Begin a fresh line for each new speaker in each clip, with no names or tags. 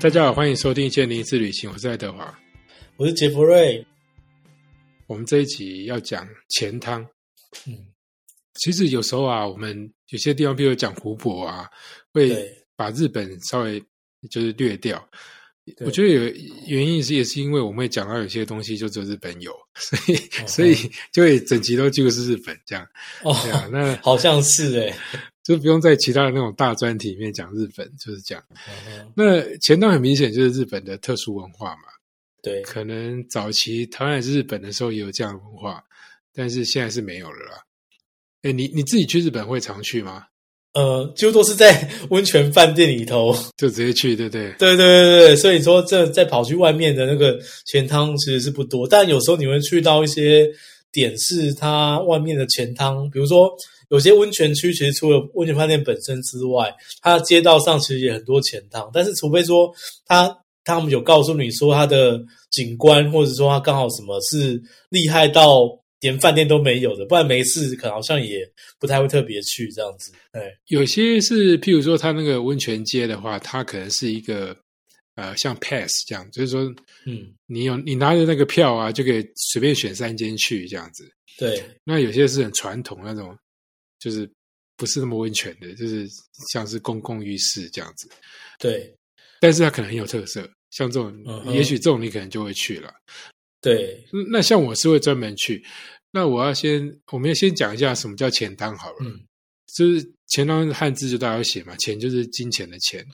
大家好，欢迎收听《见林一次旅行》，我是爱德华。
我是杰弗瑞。
我们这一集要讲钱汤。
嗯，
其实有时候啊，我们有些地方，譬如讲湖泊啊，会
对
把日本稍微就是略掉。
对
我觉得有原因是也是因为我们会讲到有些东西就只有日本有， 所以、所以就会整集都几乎是日本这样。
哦，
对啊，那
好像是哎、
就不用在其他的那种大专题里面讲日本，就是这样。
嗯哼
那钱汤很明显就是日本的特殊文化嘛。
对，
可能早期台湾还是日本的时候也有这样的文化，但是现在是没有了啦。哎，你你自己去日本会常去吗？
呃，几乎都是在温泉饭店里头。
就直接去，对不对？
对对对对对，所以说这再跑去外面的那个钱汤其实是不多，但有时候你会去到一些点是它外面的钱汤，比如说有些温泉区其实除了温泉饭店本身之外，它街道上其实也很多钱汤，但是除非说它他们有告诉你说它的景观，或者说它刚好什么是厉害到连饭店都没有的，不然没事可能好像也不太会特别去这样子，哎。
有些是，譬如说它那个温泉街的话，它可能是一个呃，像 pass 这样，就是说
嗯，
你有你拿着那个票啊，就可以随便选三间去这样子。
对，
那有些是很传统那种，就是不是那么温泉的，就是像是公共浴室这样子，
对，
但是它可能很有特色。像这种
嗯，哼
也许这种你可能就会去了。
对，
嗯那像我是会专门去。那我要先，我们要先讲一下什么叫钱汤好了。
嗯，
就是钱汤汉字就大家有写嘛，钱就是金钱的钱，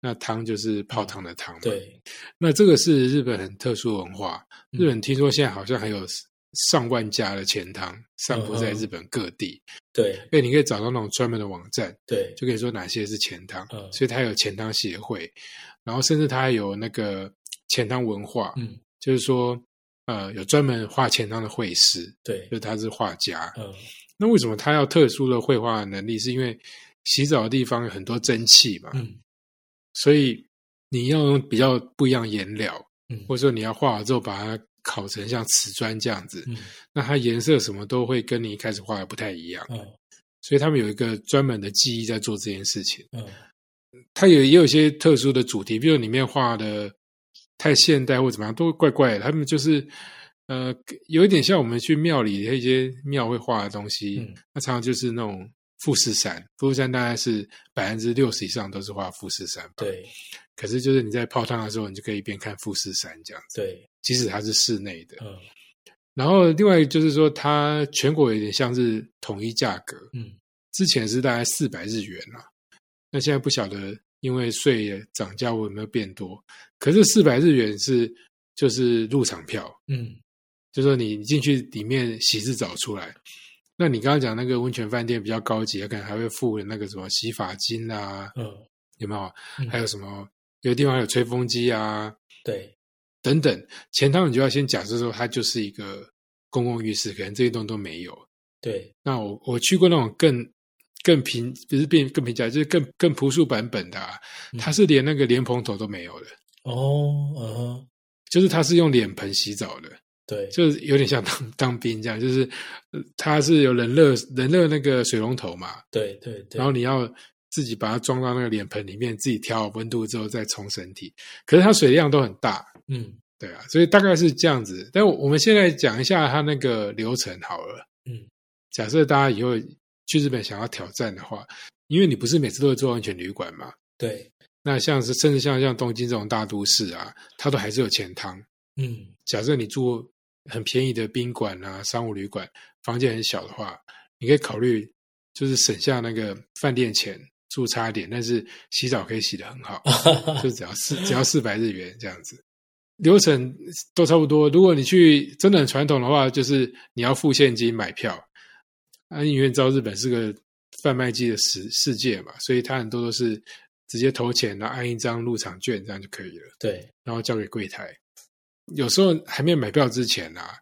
那汤就是泡汤的汤嘛。，
对，
那这个是日本很特殊文化。
嗯
日本听说现在好像还有上万家的钱汤散布
嗯
在日本各地，
对，
所以你可以找到那种专门的网站，
对，
就可以说哪些是钱汤。
嗯
所以它有钱汤协会，然后甚至它还有那个钱汤文化，
嗯，
就是说，呃，有专门画钱汤的绘师，
对
就，是他是画家。
嗯，
那为什么他要特殊的绘画能力？是因为洗澡的地方有很多蒸汽嘛，
嗯，
所以你要用比较不一样的颜料，
嗯，
或者说你要画好之后把它烤成像瓷砖这样子，
嗯，
那它颜色什么都会跟你一开始画的不太一样。
嗯，
所以他们有一个专门的技艺在做这件事情。
嗯，
它有也有一些特殊的主题，比如里面画的太现代或怎么样，都怪怪的。他们就是呃，有一点像我们去庙里的一些庙会画的东西，
嗯
那常常就是那种富士山，富士山大概是百分之六十以上都是画富士山吧。，
对，
可是就是你在泡汤的时候，你就可以一边看富士山这样子，
对，
即使它是室内的。
嗯，
然后另外就是说，它全国有点像是统一价格，
嗯，
之前是大概四百日元啦、那现在不晓得因为税涨价有没有变多，可是四百日元是就是入场票，
嗯，
就说你进去里面洗次澡出来，那你刚刚讲那个温泉饭店比较高级，可能还会附那个什么洗发精啊，
嗯，
有没有？
嗯
还有什么？有的地方还有吹风机啊，
对，
等等。前汤你就要先假设说它就是一个公共浴室，可能这一栋都没有。
对，
那我我去过那种更更平，不是变更平价，就是更更朴素版本的、啊，
嗯
它是连那个莲蓬头都没有的，
哦，嗯哼，
就是它是用脸盆洗澡的，
对，
就是有点像当当兵这样，就是呃它是有人热人热那个水龙头嘛，
对，对，对
然，后你要自己把它装到那个脸盆里面，自己调好温度之后再冲身体，可是它水量都很大。
嗯，
对啊，所以大概是这样子。但我我们现在讲一下它那个流程好了。
嗯，
假设大家以后去日本想要挑战的话，因为你不是每次都会住温泉旅馆嘛，
对，
那像是甚至像像东京这种大都市啊，它都还是有钱汤。
嗯，
假设你住很便宜的宾馆啊、商务旅馆，房间很小的话，你可以考虑就是省下那个饭店钱，住差一点，但是洗澡可以洗得很好。
哈哈
就
哈，
只要四只要四百日元这样子，流程都差不多。如果你去真的很传统的话，就是你要付现金买票。啊，因为你知道日本是个贩卖机的世世界嘛，所以它很多都是直接投钱，然后按一张入场券这样就可以了，
对，
然后交给柜台。有时候还没有买票之前啊，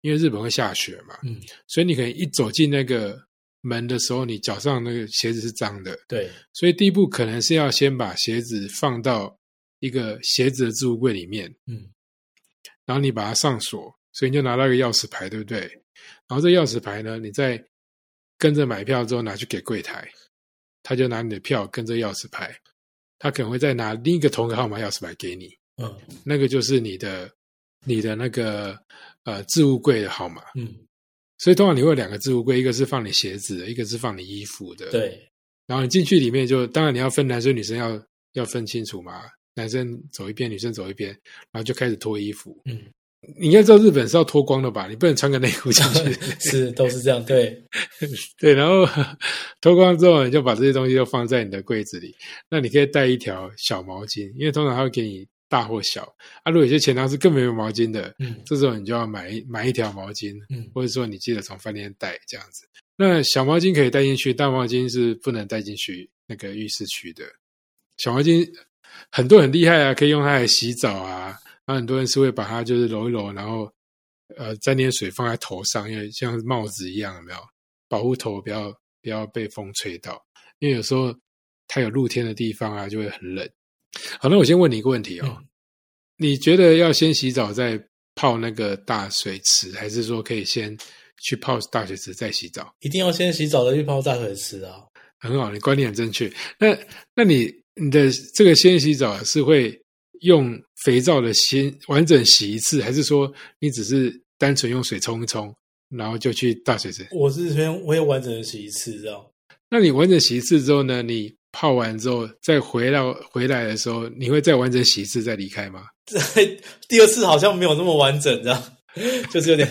因为日本会下雪嘛，
嗯，
所以你可能一走进那个门的时候，你脚上那个鞋子是脏的，
对，
所以第一步可能是要先把鞋子放到一个鞋子的置物柜里面，
嗯，
然后你把它上锁，所以你就拿到一个钥匙牌，对不对？然后这钥匙牌呢，你再跟着买票之后拿去给柜台，他就拿你的票跟着钥匙牌，他可能会再拿另一个同个号码钥匙牌给你，
嗯
那个就是你的你的那个呃置物柜的号码。
嗯，
所以通常你会有两个置物柜，一个是放你鞋子的，一个是放你衣服的。，
对，
然后你进去里面就，当然你要分男生女生要要分清楚嘛，男生走一边，女生走一边，然后就开始脱衣服。
嗯，
你应该知道日本是要脱光的吧？你不能穿个内裤进去。
是都是这样，对，
对，然后脱光之后，你就把这些东西都放在你的柜子里。那你可以带一条小毛巾，因为通常他会给你大或小。啊，如果有些钱汤是根本没有毛巾的，
嗯
这时候你就要买一买一条毛巾，
嗯
或者说你记得从饭店带这样子。那小毛巾可以带进去，大毛巾是不能带进去那个浴室区的。小毛巾很多很厉害啊，可以用它来洗澡啊。然后很多人是会把它就是揉一揉，然后呃沾点水放在头上，因为像帽子一样，有没有保护头不要不要被风吹到？因为有时候它有露天的地方啊，就会很冷。好，那我先问你一个问题哦，
嗯
你觉得要先洗澡再泡那个大水池，还是说可以先去泡大水池再洗澡？
一定要先洗澡再去泡大水池啊。
很好，你观念很正确。那那你你的这个先洗澡是会用肥皂的先完整洗一次，还是说你只是单纯用水冲一冲，然后就去大水池？
我是先我也完整的洗一次这样，
那你完整洗一次之后呢？你泡完之后再回到回来的时候，你会再完整洗一次再离开吗？
第二次好像没有那么完整这样， 就是 有点。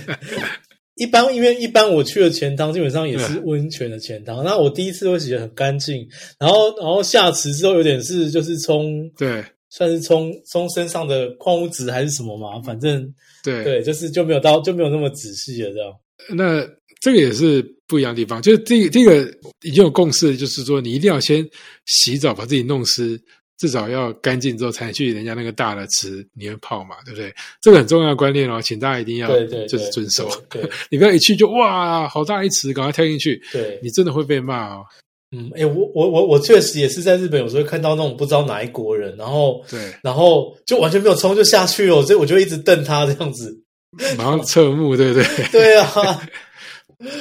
一般因为一般我去的钱汤基本上也是温泉的钱汤，那我第一次会洗得很干净，然后然后下池之后有点是就是冲
对
算是冲冲身上的矿物质还是什么嘛，反正
嗯对
对，就是就没有到就没有那么仔细了这样。
那这个也是不一样的地方，就是第一第一个已经有共识，就是说你一定要先洗澡把自己弄湿，至少要干净之后才去人家那个大的池里面泡嘛，对不对？这个很重要的观念哦，请大家一定要
对对，对
就是遵守，。
对
你不要一去就哇好大一池，赶快跳进去，
对，
你真的会被骂哦。
嗯，哎、我我我我确实也是在日本有时候会看到那种不知道哪一国人，然后
对，
然后就完全没有冲就下去了，所以我就一直瞪他这样子。
马上侧目，对不 对？
对啊，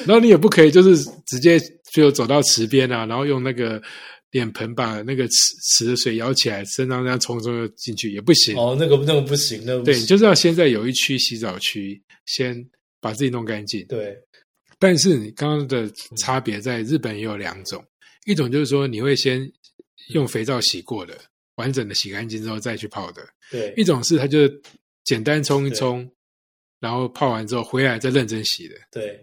然后你也不可以就是直接就走到池边啊，然后用那个脸盆把那个池池的水舀起来，身上这样冲冲就进去也不行。
哦，那个那个不行，那个不
对，你
行。
就是要先在有一区洗澡区先把自己弄干净。
对
但是你刚刚的差别在日本也有两种，一种就是说你会先用肥皂洗过的，完整的洗干净之后再去泡的；
对
一种是它就是简单冲一冲，然后泡完之后回来再认真洗的。
对，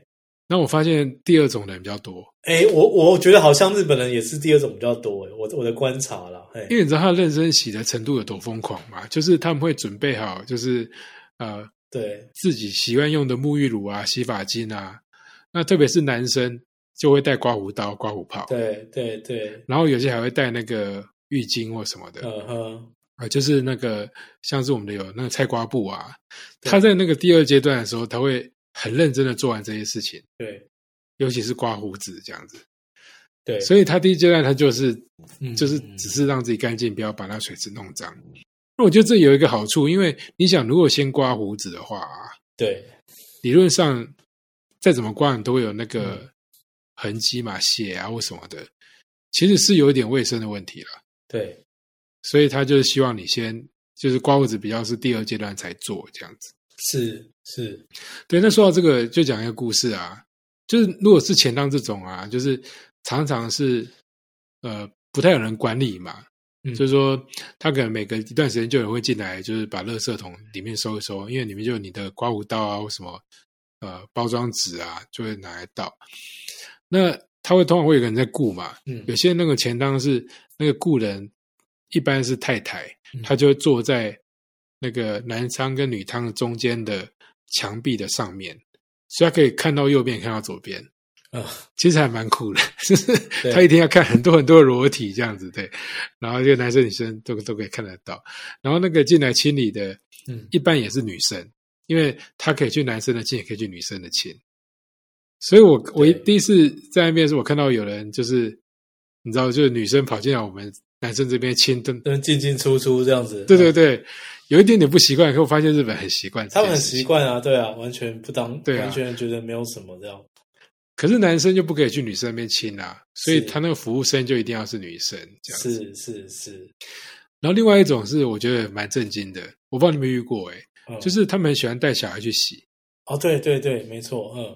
那我发现第二种人比较多，
哎、我我觉得好像日本人也是第二种比较多，哎，我我的观察啦，哎、
因为你知道他认真洗的程度有多疯狂嘛？就是他们会准备好，就是呃
对
自己习惯用的沐浴乳啊、洗发精啊，那特别是男生就会带刮胡刀、刮胡泡，
对对对，
然后有些还会带那个浴巾或什么的，
嗯哼，
啊，就是那个像是我们的有那个菜瓜布啊，
对
他在那个第二阶段的时候，他会很认真的做完这些事情，
对
尤其是刮胡子这样子，
对，嗯
所以他第一阶段他就是
以
就是只是让自己干净，不要把那水池弄脏。那我觉得这有一个好处，因为你想，如果先刮胡子的话、啊，
对
理论上再怎么刮，你都会有那个痕迹嘛，血啊或什么的，其实是有一点卫生的问题了。
对
所以他就是希望你先就是刮胡子比较是第二阶段才做这样子。
是是，
对，那说到这个，就讲一个故事啊，就是如果是前浪这种啊，就是常常是呃不太有人管理嘛，
嗯
就是说他可能每隔一段时间就有人会进来，就是把垃圾桶里面收一收，因为里面就有你的刮胡刀啊或什么呃包装纸啊，就会拿来倒。那他会通常会有个人在雇嘛，
嗯
有些那个钱当是那个雇人一般是太太
嗯，
她就会坐在那个男仓跟女仓的中间的墙壁的上面，所以她可以看到右边，看到左边。
啊，
其实还蛮酷的， 就是
对
他一天要看很多很多的裸体这样子，对，然后这个男生女生都都可以看得到，然后那个进来清理的，
嗯
一般也是女生，因为她可以去男生的亲，也可以去女生的亲，所以我我一
对
第一次在那边是我看到有人就是你知道，就是女生跑进来我们男生这边亲，对
跟进进出出这样子，
对
嗯
对对，有一点点不习惯，可我发现日本很习惯，
他们很习。惯啊，对啊，完全不当，
对啊
完全觉得没有什么这样。
可是男生就不可以去女生那边亲啦，所以他那个服务生就一定要是女生这样子。
是是是，
然后另外一种是我觉得蛮震惊的，我不知道你们遇过诶、
嗯
就是他们很喜欢带小孩去洗，
哦，对对对，没错，嗯，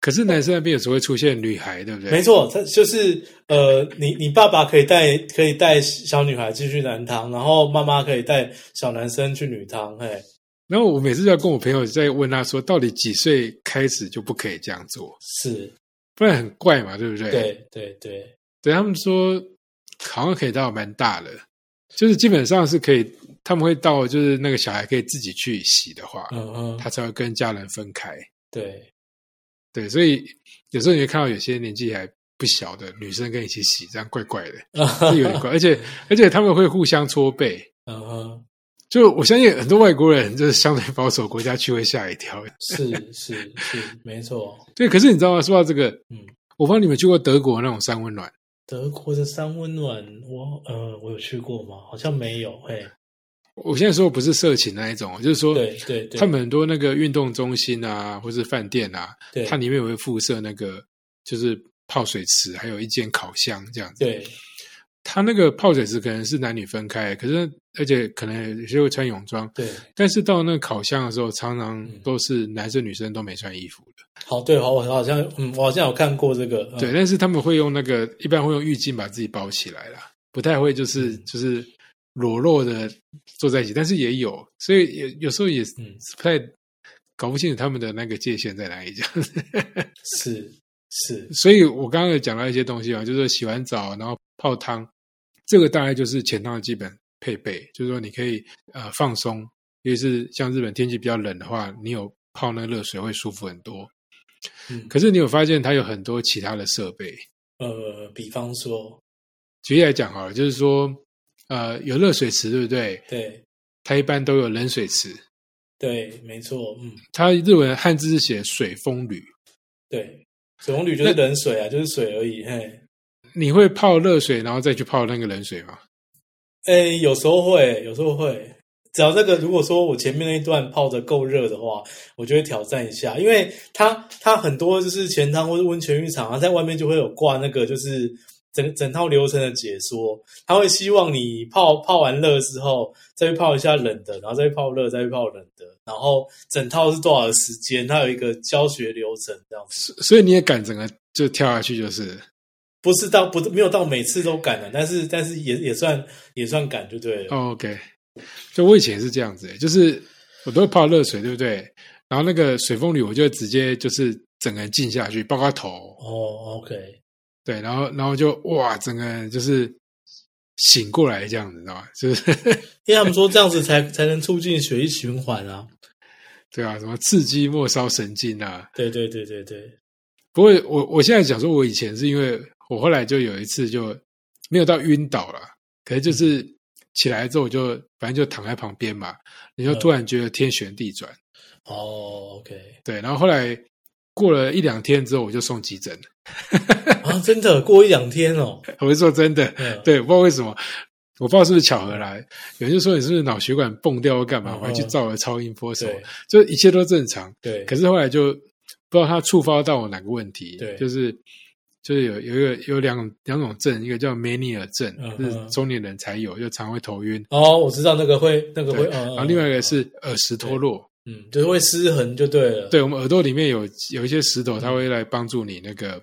可是男生那边有时候会出现女孩，对不对？
没错，他就是呃，你你爸爸可以带可以带小女孩进去男汤，然后妈妈可以带小男生去女汤，嘿，
然后我每次要跟我朋友在问他说，到底几岁开始就不可以这样做，
是，
不然很怪嘛，对不对？，
对对对，
对他们说好像可以到蛮大的，就是基本上是可以，他们会到就是那个小孩可以自己去洗的话，
嗯嗯，
他才会跟家人分开。
对，
对，所以有时候你会看到有些年纪还不小的女生跟你一起洗，这样怪怪的，这有点怪。而且而且他们会互相搓背，
嗯哼，
就我相信很多外国人就是相对保守国家去会吓一跳。
是是是，没错，
对，可是你知道吗？说到这个，
嗯，
我不知道你们去过德国那种三温暖，
德国的三温暖，我呃，我有去过吗？好像没有，嘿，
我现在说的不是色情那一种，就是说
对对对，
他们很多那个运动中心啊，或是饭店啊，
对
它里面也会附设那个就是泡水池，还有一间烤箱这样子。
对
它那个泡水池可能是男女分开，可是而且可能有些会穿泳装，
对，
但是到那个烤箱的时候，常常
嗯
都是男生女生都没穿衣服的。
好对，好，我好像嗯，我好像有看过这个，嗯
对，但是他们会用那个一般会用浴巾把自己包起来啦，不太会就是、就是裸露的坐在一起，但是也有，所以有有时候也
嗯
不太。搞不清楚他们的那个界限在哪里，这样子。
是是，
所以我刚刚有讲到一些东西啊嘛，就是说洗完澡然后泡汤，这个大概就是前汤的基本配备，就是说你可以呃放松，尤其是像日本天气比较冷的话，你有泡那个热水会舒服很多。
嗯，
可是你有发现它有很多其他的设备，
呃，比方说，
举例来讲好了，就是说呃有热水池对不对？
对
它一般都有冷水池，
对，没错，嗯，
它日文汉字是写水风吕，
对，水龙旅就是冷水啊，就是水而已，嘿，
你会泡热水然后再去泡那个冷水吗？
诶，哎有时候会，有时候会。只要这个，如果说我前面那一段泡的够热的话，我就会挑战一下，因为它它很多就是前汤或者温泉浴场啊，在外面就会有挂那个就是整整套流程的解说，他会希望你泡泡完热之后，再去泡一下冷的，然后再去泡热，再去泡冷的，然后整套是多少的时间，它有一个教学流程这样子。
所所以你也敢整个就跳下去就是了。
不是到不没有到每次都赶了，但是但是也也算也算赶就对了。
哦 OK，就我以前是这样子、欸就是我都会泡热水，对不对？然后那个水风里，我就直接就是整个人浸下去，包括头，
哦，OK，
对，然后然后就哇，整个人就是醒过来这样子，你知道吗？就是
因为他们说这样子才才能促进血液循环啊。
对啊，什么刺激末梢神经啊。
对对对对对，
不过我我现在讲说，我以前是因为我后来就有一次就没有到晕倒了，可是就是
嗯
起来之后，我就反正就躺在旁边嘛，你
嗯
就突然觉得天旋地转。
哦，OK
对，然后后来过了一两天之后，我就送急诊了。
啊，真的过一两天哦，
我是说真的，
嗯，
对，不知道为什么，我不知道是不是巧合啦。有人就说你是不是脑血管蹦掉或干嘛，
嗯
我还去照了超音波什么
对，
就一切都正常。
对，
可是后来就不知道它触发到我哪个问题，
对
就是就是有有一个有两两种症，一个叫梅尼尔症
嗯，
就
嗯
是中年人才有，就常会头晕。
哦，我知道那个会那个会，
对，
嗯
然后另外一个是耳石脱落，
嗯，就是会失衡就对了，，
对我们耳朵里面有有一些石头，它会来帮助你那个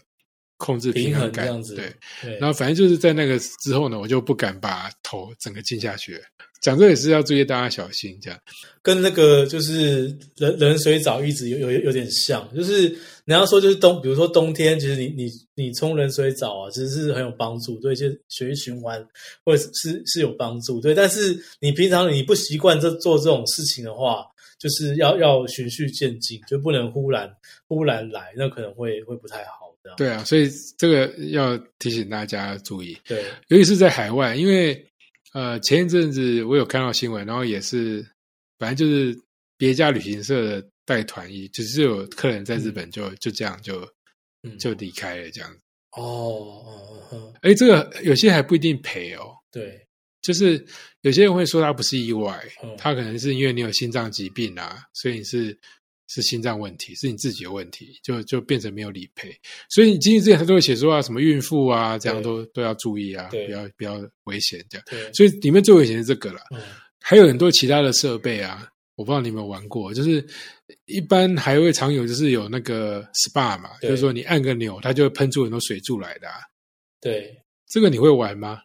控制
嗯平
衡
衡
感，
这样子，
对，
对，
然后反正就是在那个之后呢，我就不敢把头整个浸下去了。讲这也是要注意大家小心，这样
跟那个就是冷冷水澡一直有有有点像，就是你要说就是冬，比如说冬天，其实你你你冲冷水澡啊，其实是很有帮助，对一些血液循环或者是是是有帮助，对。但是你平常你不习惯这做这种事情的话，就是要要循序渐进，就不能忽然忽然来，那可能会会不太好这样。
对啊，所以这个要提醒大家注意，
对
尤其是在海外，因为呃前一阵子我有看到新闻，然后也是反正就是别家旅行社的带团一，就是有客人在日本就、就这样就
嗯
就离开了这样子。
哦哦哦哦，
哎，这个有些还不一定赔哦，
对
就是有些人会说他不是意外
嗯，
他可能是因为你有心脏疾病啊，所以你是是心脏问题，是你自己的问题，就就变成没有理赔。所以你经济之前他都会写说啊，什么孕妇啊，这样都都要注意啊，
对
不要不要危险这样。
对，
所以里面最危险是这个啦，
嗯
还有很多其他的设备啊，我不知道你有没有玩过，就是一般还会常有就是有那个 SPA 嘛，就
对
是说你按个钮，它就会喷出很多水柱来的、啊。
对，
这个你会玩吗？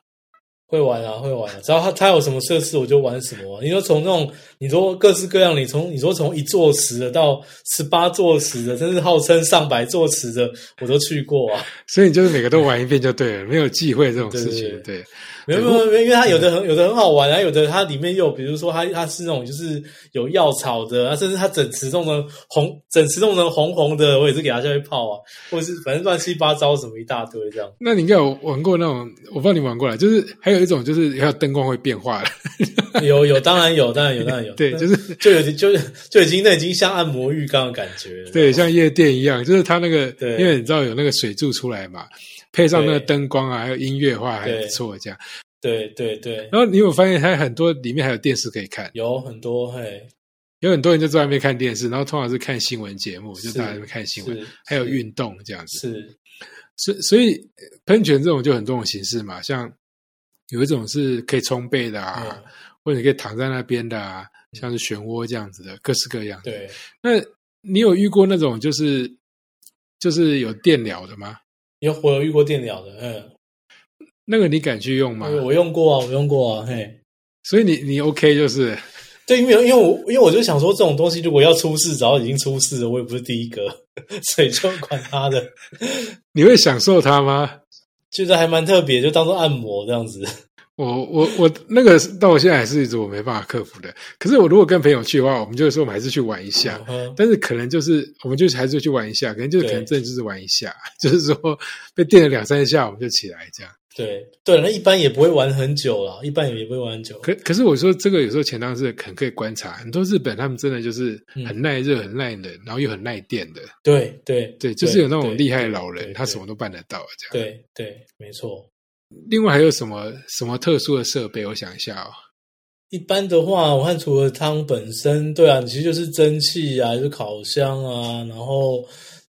会玩啊，会玩、啊。只要它它有什么设施，我就玩什么啊、你说从那种，你说各式各样，你从你说从一座池的到十八座池的，甚至号称上百座池的，我都去过啊。
所以你就是每个都玩一遍就 对了，没有忌讳这种事情。
对
对，嗯
没有没有，没有因为它有的很有的很好玩啊，有的它里面又有，比如说它它是那种就是有药草的，啊、甚至它整池弄成红，整池弄成红红的，我也是给它下去泡啊，或者是反正乱七八糟什么一大堆这样。
那你应该有玩过那种，我不知道你玩过了，就是还有一种就是还有灯光会变化的，
有有，当然有，当然有，当然有。
对，就是
就有点就就已经那已经像按摩浴缸的感觉了。
对，像夜店一样，就是它那个，
对
因为你知道有那个水柱出来嘛，配上那个
对
灯光啊，还有音乐的话还
对
不错这样。
对对对，
然后你有没有发现它很多里面还有电视可以看，
有很多嘿，
有很多人就坐在那边看电视，然后通常是看新闻节目，就是大家在那边看新闻，
是
还有
是
运动这样子。
是
所所以呃喷泉这种就很多种形式嘛，像有一种是可以冲背的啊，
嗯
或者你可以躺在那边的啊，像是漩涡这样子的，各式各样的。
对。
那你有遇过那种就是就是有电疗的吗？
有我有遇过电疗的，嗯，
那个你敢去用吗？
我我用过啊，我用过啊，嘿，
所以你你 OK 就是
对，因为因为我因为我就想说，这种东西如果要出事，早已经出事了，我也不是第一个， 所以就管他的，
你会享受它吗？
觉得还蛮特别，就当做按摩这样子。
啊我我我那个是到我现在还是一直我没办法克服的。可是我如果跟朋友去的话，我们就说我们还是去玩一下。
嗯
但是可能就是，我们就还是去玩一下，可能就是
对
可能真的就是玩一下， 就是说被电了两三下，我们就起来这样。
对对，那一般也不会玩很久啦，一般也不会玩很久。
可可是我说这个有时候前当是很可以观察，很多日本他们真的就是
嗯
很耐热、很耐冷，然后又很耐电的，
对对
对，就是有那种厉害的老
对
人，
对
他什么都办得到这样。
对对，没错。
另外还有什么什么特殊的设备？我想一下哦，
一般的话，我看除了汤本身，对啊，其实就是蒸汽啊，就是烤箱啊，然后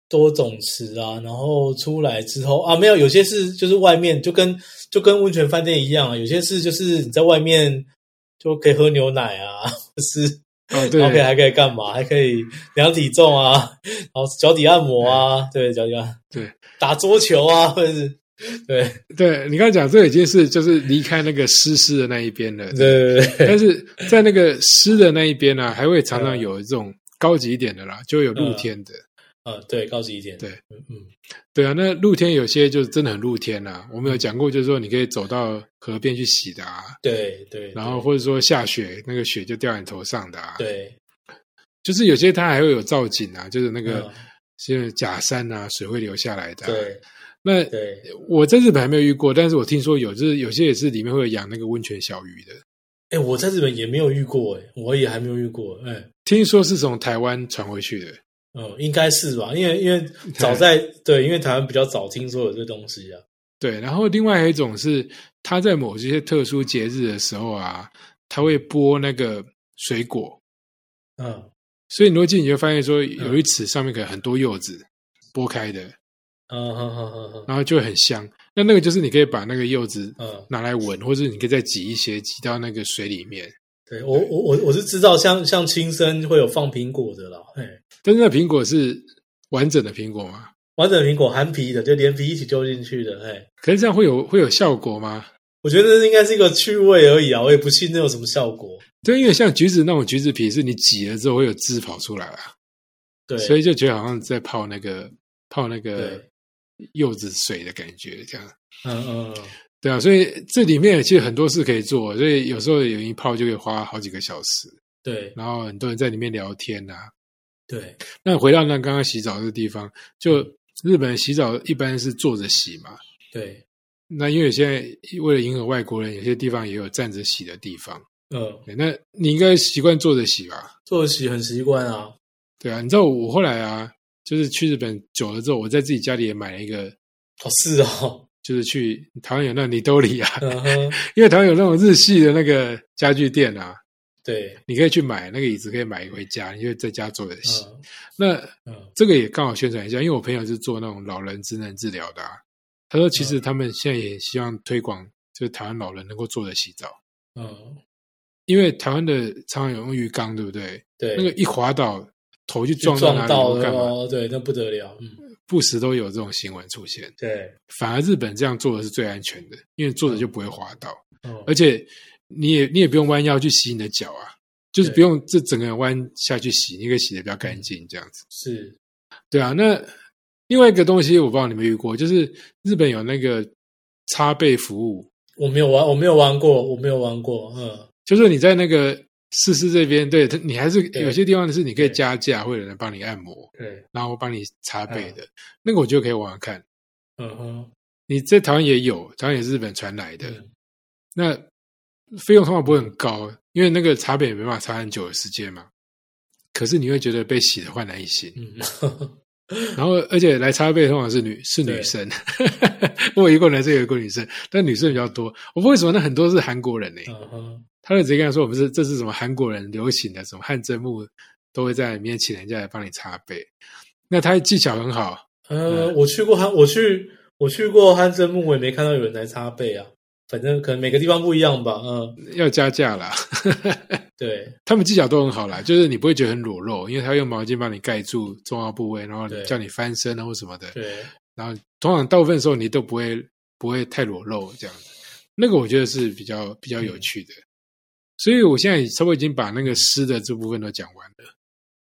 多种池啊，然后出来之后啊，没有，有些是就是外面就跟就跟温泉饭店一样啊， 有些是就是你在外面就可以喝牛奶啊，或是
哦
然后可以
对，
还可以干嘛？还可以量体重啊，然后脚底按摩啊，对，脚底按
对
打桌球啊，或者是对
对，你刚才讲这已经是就是离开那个湿湿的那一边了，
对对对对
但是在那个湿的那一边呢、还会常常有这种高级一点的啦，就会有露天的。
啊，对，高级一点，
对
嗯，嗯，
对啊，那露天有些就是真的很露天啦、我们有讲过，就是说你可以走到河边去洗的啊，
对对，
然后或者说下雪，那个雪就掉你头上的啊。，
对。
就是有些它还会有造景啊，就是那个
嗯
就是假山啊，水会流下来的、
对，
那
对，
我在日本还没有遇过，但是我听说有，就是有些也是里面会有养那个温泉小鱼的。
哎，我在日本也没有遇过，哎，我也还没有遇过，哎，
听说是从台湾传回去的，
嗯，应该是吧？因为因为早在对，因为台湾比较早听说有这东西啊，
对，然后另外还有一种是，他在某些特殊节日的时候啊，他会播那个水果，
嗯
所以你如果进去你就发现说，有一池上面可能很多柚子剥开的，
嗯哼哼哼哼，
然后就会很香。那那个就是你可以把那个柚子
嗯，
拿来闻，或者你可以再挤一些，挤到那个水里面。
对我我我我是知道像，像亲生会有放苹果的啦，哎，
但是那苹果是完整的苹果吗？
完整苹果含皮的，就连皮一起丢进去的，哎，
可是这样会有会有效果吗？
我觉得这应该是一个趣味而已啊，我也不信那有什么效果，
对，因为像橘子那种橘子皮，是你挤了之后会有汁跑出来啊，
对，
所以就觉得好像在泡那个泡那个
对，
柚子水的感觉，这样
嗯嗯嗯，
对啊，所以这里面其实很多事可以做，所以有时候有一泡就可以花好几个小时，
对
然后很多人在里面聊天啊。
对
那回到那刚刚洗澡的地方，就日本人洗澡一般是坐着洗嘛，
对，
那因为现在为了迎合外国人，有些地方也有站着洗的地方。
嗯，
对那你应该习惯坐着洗吧？
作息很习惯啊，
对啊，你知道我后来啊，就是去日本久了之后，我在自己家里也买了一个，
哦是哦，
就是去台湾有那尼兜里啊，
嗯哼。
因为台湾有那种日系的那个家具店啊，
对，
你可以去买那个椅子，可以买回家，你就在家坐着洗。
嗯
那
嗯
这个也刚好宣传一下，因为我朋友是做那种老人职能治疗的、啊，他说
嗯
其实他们现在也希望推广，就是台湾老人能够坐着洗澡，
嗯，
因为台湾的常常有用浴缸，对不对？
对，
那个一滑倒头就
去
撞
撞
哪里
到
或
了
干嘛，
哦，对，那不得了，嗯，
不时都有这种新闻出现。
对，
反而日本这样做的是最安全的，因为坐着就不会滑倒，
哦
而，且你也你也不用弯腰去洗你的脚啊，就是
对
不用这整个人弯下去洗，你可以洗的比较干净这样子。
是，
对啊，那另外一个东西我不知道你们遇过，就是日本有那个擦背服务，
我没有玩，我没有玩过，我没有玩过，嗯，
就是你在那个试试这边，对它你还是
对
有些地方是你可以
对
加价，会有人帮你按摩，
对，
然后帮你擦背的，那个我就可以玩玩看。
嗯哼，
你在台湾也有，台湾也是日本传来的，
嗯
那费用通常不会很高，因为那个茶本也没办法茶很久的时间嘛。可是你会觉得被洗的焕然一新，
嗯，
然后而且来茶杯通常是女是女生， 我有一个男生有一个女生，但女生比较多。我不知道为什么那很多是韩国人呢、
嗯哼，
他就直接跟他说我们是这是什么韩国人流行的什么汗蒸木，都会在里面请人家来帮你擦背。那他技巧很好，
呃，我去过汉，我去，我去过汉森木，我也没看到有人来擦背啊，反正可能每个地方不一样吧，嗯，
要加价啦。
对，
他们技巧都很好啦，就是你不会觉得很裸露，因为他用毛巾帮你盖住重要部位，然后
对
叫你翻身啊或什么的。
对，
然后通常大部分时候你都不会不会太裸露这样子，那个我觉得是比较比较有趣的。所以我现在稍微已经把那个诗的这部分都讲完了。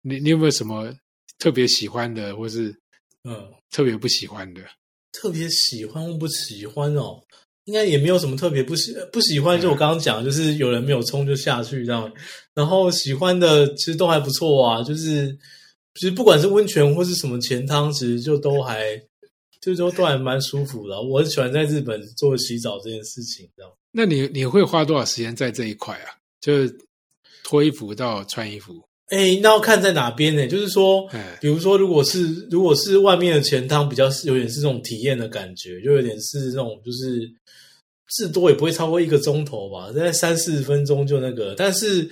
你你有没有什么特别喜欢的，或是
嗯。
特别不喜欢的？
特别喜欢或不喜欢哦，应该也没有什么特别不喜呃不喜欢，就我刚刚讲，就是有人没有冲就下去这样。然后喜欢的其实都还不错啊，就是其实不管是温泉或是什么钱汤，其实就都还就都都还蛮舒服的啊。我很喜欢在日本做洗澡这件事情，这样。
那你你会花多少时间在这一块啊？就是脱衣服到穿衣服，
哎，那要看在哪边呢？就是说，
哎，
比如说，如果是如果是外面的钱汤，比较是有点是这种体验的感觉，就有点是那种就是至多也不会超过一个钟头吧，大概三四十分钟就那个。但是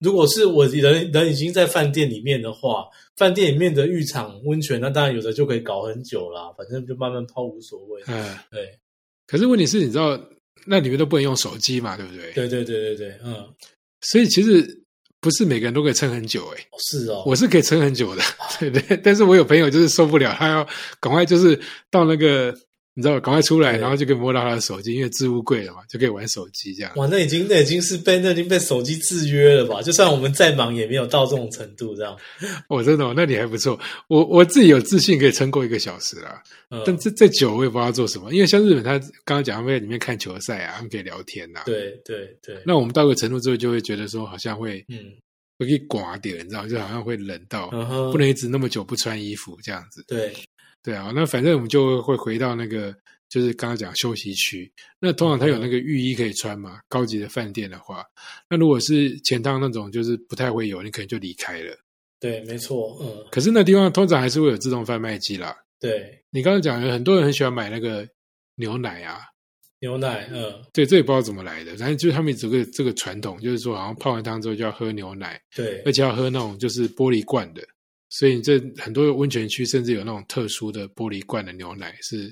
如果是我人人已经在饭店里面的话，饭店里面的浴场温泉，那当然有的就可以搞很久啦，反正就慢慢泡无所谓。
嗯。
对
可是问题是，你知道那里面都不能用手机嘛，对不对？。
对对对对对，嗯，哦
所以其实不是每个人都可以撑很久、欸，
是哦，
我是可以撑很久的， 对对。但是我有朋友就是受不了，他要赶快就是到那个，你知道，赶快出来，
对
然后就可以摸到他的手机，因为置物柜了嘛，就可以玩手机这样。
哇，那已经那已经是被那已经被手机制约了吧？就算我们再忙，也没有到这种程度这样。
我、真的、哦，那你还不错。我我自己有自信可以撑过一个小时啦，
嗯，
但这这久我也不知道做什么，因为像日本，他刚刚讲他们在里面看球赛啊，他们可以聊天呐、
对对对，
那我们到个程度之后，就会觉得说好像会
嗯。
会给寡点，你知道，就好像会冷到。
嗯哼，
不能一直那么久不穿衣服这样子。
对，
对啊，那反正我们就会回到那个，就是刚刚讲休息区。那通常它有那个浴衣可以穿嘛，高级的饭店的话，那如果是前汤那种，就是不太会有，你可能就离开了。
对，没错，嗯，
可是那地方通常还是会有自动贩卖机啦。
对，
你刚刚讲有很多人很喜欢买那个牛奶啊，
牛奶，嗯，
对，这也不知道怎么来的，反正就是他们这个这个传统，就是说好像泡完汤之后就要喝牛奶，
对
而，且要喝那种就是玻璃罐的，所以这很多温泉区甚至有那种特殊的玻璃罐的牛奶是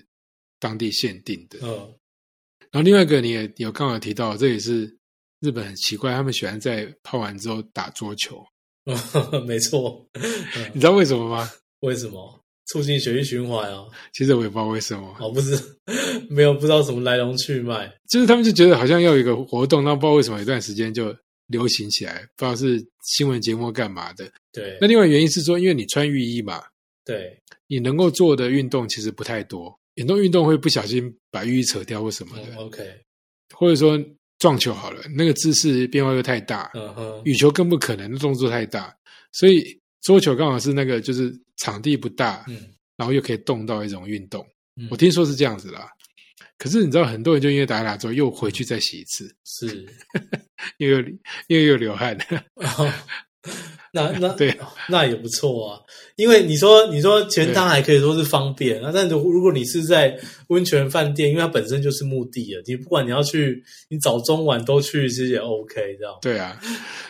当地限定的。
嗯，
然后另外一个你也有刚好提到，这也是日本很奇怪，他们喜欢在泡完之后打桌球，
嗯 没错，
你
嗯，
知道为什么吗？
为什么促进血液循环啊？
其实我也不知道为什么，
哦，不是， 没有不知道什么来龙去脉，
就是他们就觉得好像要有一个活动，那不知道为什么有一段时间就流行起来，不知道是新闻节目干嘛的。
对
那，另外原因是说，因为你穿浴衣嘛，
对，
你能够做的运动其实不太多，很多运动会不小心把浴衣扯掉或什么的
嗯。，OK，
或者说撞球好了，那个姿势变化又太大，
嗯哼，
羽球更不可能，动作太大，所以桌球刚好是那个就是场地不大，
嗯，
然后又可以动到一种运动。
嗯
我听说是这样子啦，可是你知道很多人就因为打一打之后又回去再洗一次，
是，
因为又因为又流汗，
哦 那那
对
那也不错啊。因为你说你说钱汤还可以说是方便，那但如如果你是在温泉饭店，因为它本身就是目的啊了，你不管你要去，你早中晚都去，其实也 OK 这样。
对啊，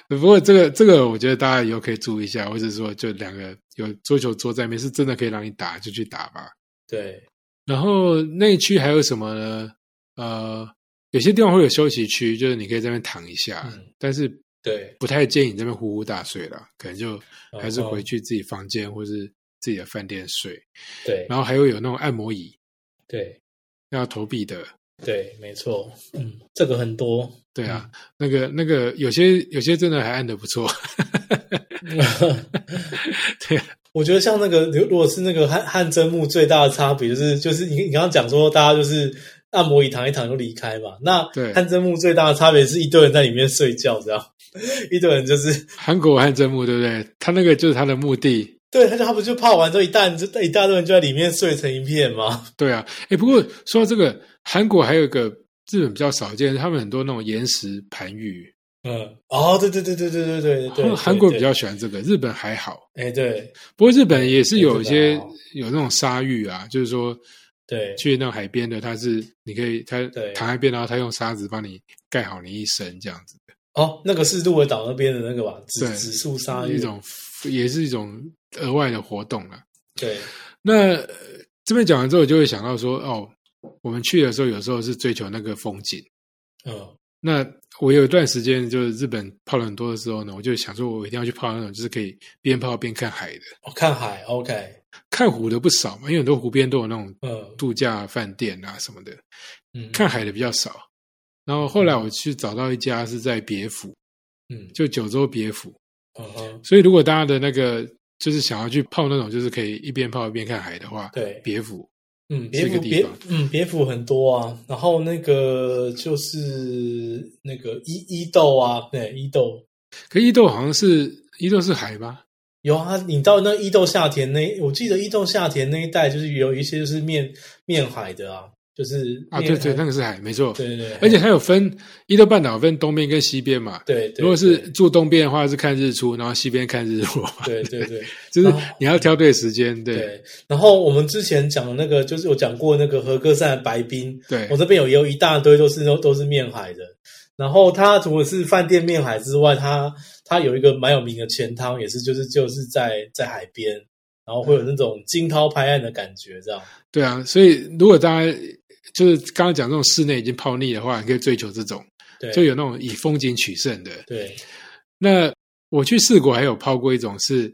不过这个这个，我觉得大家以后可以注意一下，或者说就两个有桌球桌在那边是真的可以让你打，就去打吧。
对，
然后内区还有什么呢？呃，有些地方会有休息区，就是你可以在那边躺一下，
嗯
但是
对，
不太建议你在那边呼呼大睡啦，可能就还是
然后
回去自己房间或是自己的饭店睡。
对，
然后还有有那种按摩椅
对，
要投币的，
对，没错，嗯，这个很多，
对啊，
嗯
那个那个有些有些真的还按的不错，对啊，
我觉得像那个，如如果是那个汗汗蒸木最大的差别就是，就是你你刚刚讲说大家就是按摩椅躺一躺就离开嘛。那
对
汗蒸木最大的差别是一堆人在里面睡觉，这样 一堆人就是
韩国汗蒸木对不对？他那个就是他的目的，
对，他就他不就泡完之后一大就一大堆人就在里面睡成一片嘛。
对啊，哎，不过说到这个，韩国还有一个日本比较少见，他们很多那种岩石盘浴，
嗯，哦，对对对对对对对对，
韩国比
对
较喜欢这个，日本还好。
哎对
不过日本也是有一些
日本还好
有那种沙浴啊，就是说
对
去那种海边的，它是你可以它
对
躺在边，然后它用沙子帮你盖好你一身这样子，
哦，那个是鹿儿岛那边的那个吧，紫
对
紫树鲨
一
鱼
种也是一种额外的活动了。
对
那呃这边讲完之后，我就会想到说，哦，我们去的时候有时候是追求那个风景。
嗯
那我有一段时间就是日本泡了很多的时候呢，我就想说，我一定要去泡那种就是可以边泡边看海的，
哦看海 OK
看湖的不少嘛，因为很多湖边都有那种
嗯
度假饭店啊什么的，
嗯
看海的比较少。然后后来我去找到一家是在别府，
嗯
就九州别府，
嗯哼
所以如果大家的那个就是想要去泡那种就是可以一边泡一边看海的话，
对。
别府
嗯，
是
别
一个
府
地
别
方
嗯别府很多啊，然后那个就是那个伊伊豆啊，对伊豆
可伊豆好像是伊豆是海吗？
有啊，你到那伊豆下田那，我记得伊豆下田那一带就是有一些就是面面海的啊，就是
啊，
面
对
海
对，那个是海，没错。
对对对，
而且它有分伊豆半岛分东边跟西边嘛，
对，对
如果是
对
住东边的话，是看日出，然后西边看日落嘛。
对 对对
就是
然后
你要挑对时间，对
对，然后我们之前讲的那个就是有讲过那个和歌山的白冰，
对
我这边有有一大堆都是都都是面海的，然后它除了是饭店面海之外，它它有一个蛮有名的钱汤，也是就是就是在在海边，然后会有那种惊涛拍岸的感觉，这样。
对啊！所以如果大家就是刚刚讲这种室内已经泡腻的话，你可以追求这种，
对，
就有那种以风景取胜的。
对
那我去四国还有泡过一种是，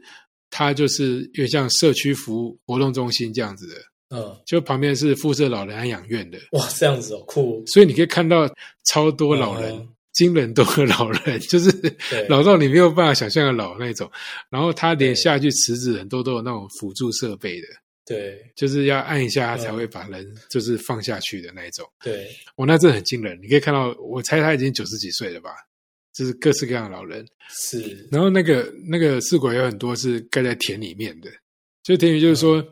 它就是有点像社区服务活动中心这样子的，
嗯，
就旁边是附设老人安养院的，
哇，这样子哦，酷，
所以你可以看到超多老人。
嗯
惊人多的老人， 就是
对
老到你没有办法想象的老那种。然后他
对
连下去池子很多都有那种辅助设备的，
对
就是要按一下
嗯
他才会把人就是放下去的那一种。
对
我那真的很惊人，你可以看到，我猜他已经九十几岁了吧，就是各式各样的老人。
是，
然后那个那个四鬼有很多是盖在田里面的，就田里就是说、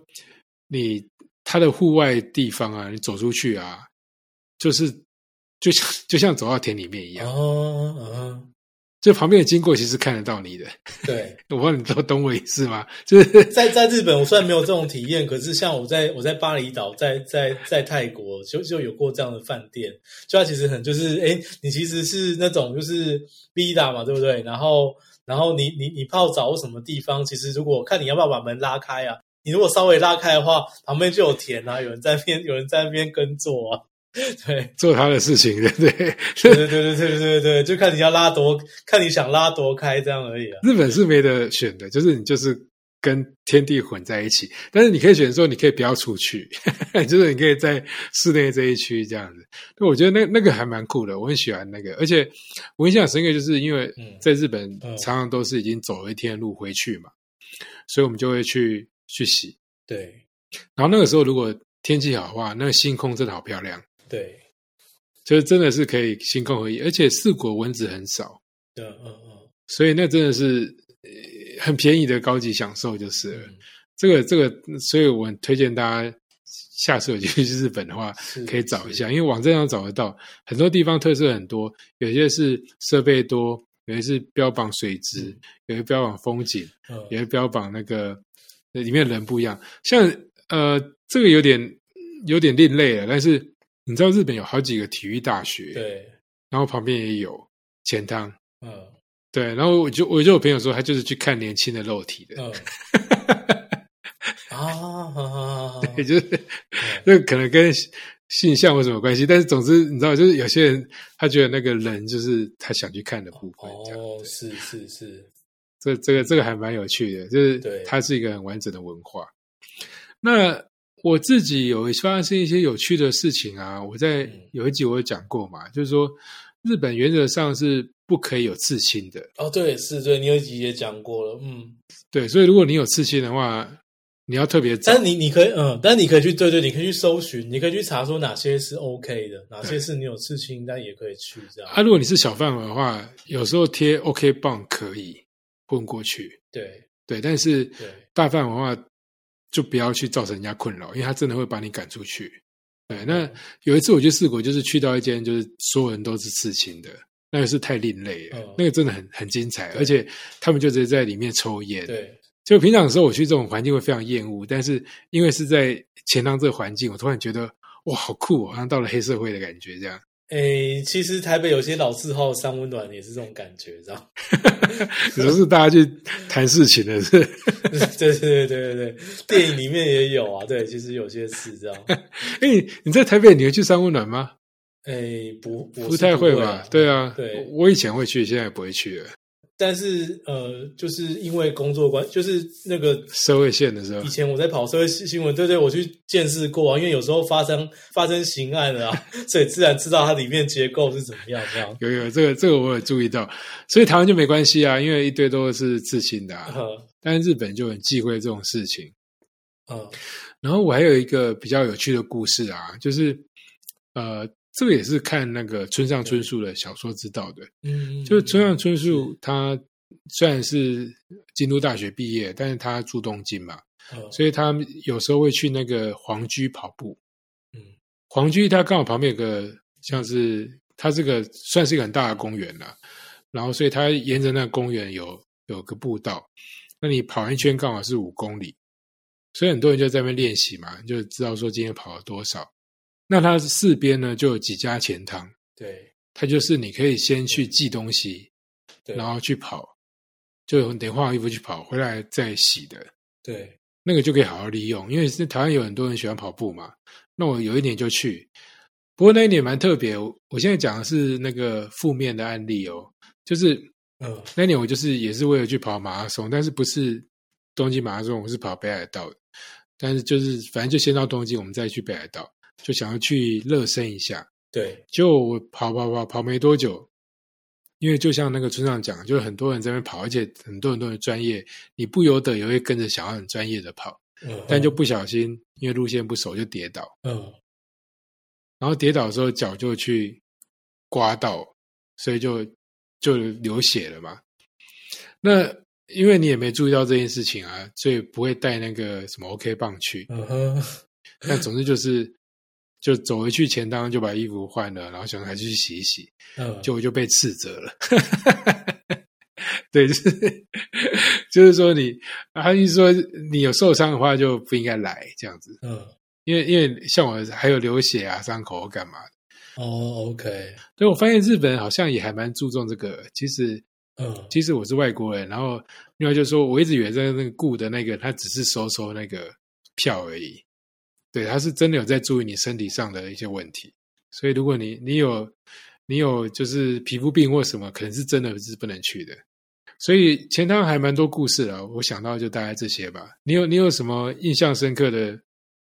你它的户外地方啊，你走出去啊，就是就像就像走到田里面一样，
哦，嗯，
就旁边的经过其实看得到你的。
对。
我不知道你都懂我意思吗？就是
在在日本，我虽然没有这种体验，可是像我在我在巴厘岛，在在在泰国，就就有过这样的饭店，就它其实很就是，哎，你其实是那种就是 villa 嘛，对不对？然后然后你你你泡澡或什么地方，其实如果看你要不要把门拉开啊，你如果稍微拉开的话，旁边就有田啊，有人在那边有人在那边耕作啊，对。
做他的事情，对不对？
对对对对对对对，就看你要拉多，看你想拉多开这样而已啊。
日本是没得选的，就是你就是跟天地混在一起，但是你可以选择说你可以不要出去， 就是你可以在室内这一区这样子。那我觉得那那个还蛮酷的，我很喜欢那个，而且我印象深刻，就是因为
嗯
在日本
嗯
常常都是已经走一天的路回去嘛，所以我们就会去去洗。
对
然后那个时候如果天气好的话，那个星空真的好漂亮，
对，
就是真的是可以星空合一，而且四国蚊子很少。
嗯嗯嗯
所以那真的是呃很便宜的高级享受，就是了、
嗯
这个这个，所以我很推荐大家下次有机会去日本的话，
是，
可以找一
是
下，因为网站上找得到，很多地方特色很多，有些是设备多，有些是标榜水质，
嗯
有些标榜风景，
嗯
有些标榜那个那里面的人不一样。像呃，这个有点有点另类了，但是你知道日本有好几个体育大学，
对，
然后旁边也有钱汤，
嗯
对，然后我就我就有朋友说，他就是去看年轻的肉体的，
嗯啊哈哈哈哈，
也就是那可能跟性向有什么关系，但是总之你知道，就是有些人他觉得那个人就是他想去看的部分，这样
哦，是是是，
这这个这个还蛮有趣的，就是
对
它是一个很完整的文化。那我自己有发生一些有趣的事情啊，我在
嗯
有一集我有讲过嘛，就是说日本原则上是不可以有刺青的，
哦，对，是对，你有一集也讲过了，嗯，
对，所以如果你有刺青的话，你要特别找
但是你你可以，嗯，但是你可以去，对对，你可以去搜寻，你可以去查说哪些是 OK 的，哪些是你有刺青，但也可以去这样。
啊。如果你是小范围的话，有时候贴 OK 棒可以混过去，
对
对，但是
对，
大范围的话就不要去造成人家困扰，因为他真的会把你赶出去。对，那
嗯
有一次我去四国，就是去到一间就是所有人都是刺青的，那个是太另类了，
嗯
那个真的很很精彩，而且他们就直接在里面抽烟。，
对
就平常的时候我去这种环境会非常厌恶，但是因为是在钱塘这个环境，我突然觉得哇，好酷、哦，好像到了黑社会的感觉这样。
诶，其实台北有些老字号三温暖也是这种感觉，知道吗？
只是大家去谈事情的是。
对对对对对对，电影里面也有啊，对，其实有些是这样。
哎、你在台北你会去三温暖吗？
诶，不，我是
不太会吧
啊？
对啊，
对
我我以前会去，现在不会去了。
但是呃，就是因为工作关，就是那个
社会线的时候
以，前我在跑社会新闻，对对，我去见识过啊，因为有时候发生发生刑案 了、啊，所以自然知道它里面结构是怎么样这样。
有有这个这个我有注意到，所以台湾就没关系啊，因为一堆都是刺青的、啊，
呃
但是日本就很忌讳这种事情。
呃
然后我还有一个比较有趣的故事啊，就是呃，这个也是看那个村上春树的小说知道的，
嗯，
就是村上春树他虽然是京都大学毕业，但是他住东京嘛，
呃
所以他有时候会去那个皇居跑步。
嗯
皇居它刚好旁边有个像是它这个算是一个很大的公园啦，然后所以它沿着那个公园有有个步道，那你跑一圈刚好是五公里，所以很多人就在那边练习嘛，就知道说今天跑了多少。那它四边呢就有几家钱塘，
对
它就是你可以先去寄东西，
对，
然后去跑，就得换衣服去跑，回来再洗的。
对
那个就可以好好利用，因为是台湾有很多人喜欢跑步嘛。那我有一年就去，不过那一年蛮特别。我我现在讲的是那个负面的案例哦，就是
嗯
那年我就是也是为了去跑马拉松，但是不是东京马拉松，我是跑北海道的。但是就是反正就先到东京，我们再去北海道，就想要去热身一下。
对
就我跑跑跑跑没多久，因为就像那个村长讲，就是很多人在那边跑，而且很多很多人专业，你不由得也会跟着想要很专业的跑。
嗯，
但就不小心，因为路线不熟就跌倒，
嗯
然后跌倒的时候脚就去刮到，所以就就流血了嘛。那因为你也没注意到这件事情啊，所以不会带那个什么 OK 棒去。
嗯哼，
但总之就是，就走回去前当就把衣服换了，然后想说还是去洗一洗，
嗯
结果就被斥责了。 对，就是就是说你，他一说你有受伤的话就不应该来这样子。
嗯
因为因为像我还有流血啊、伤口干嘛的，
哦 OK
所以我发现日本人好像也还蛮注重这个。其实
嗯
其实我是外国人，然后另外就是说，我一直以为在那个雇的那个他只是收收那个票而已，对，他是真的有在注意你身体上的一些问题。所以如果你你有你有就是皮肤病或什么，可能是真的是不能去的。所以前汤还蛮多故事了，我想到就大概这些吧。你有你有什么印象深刻的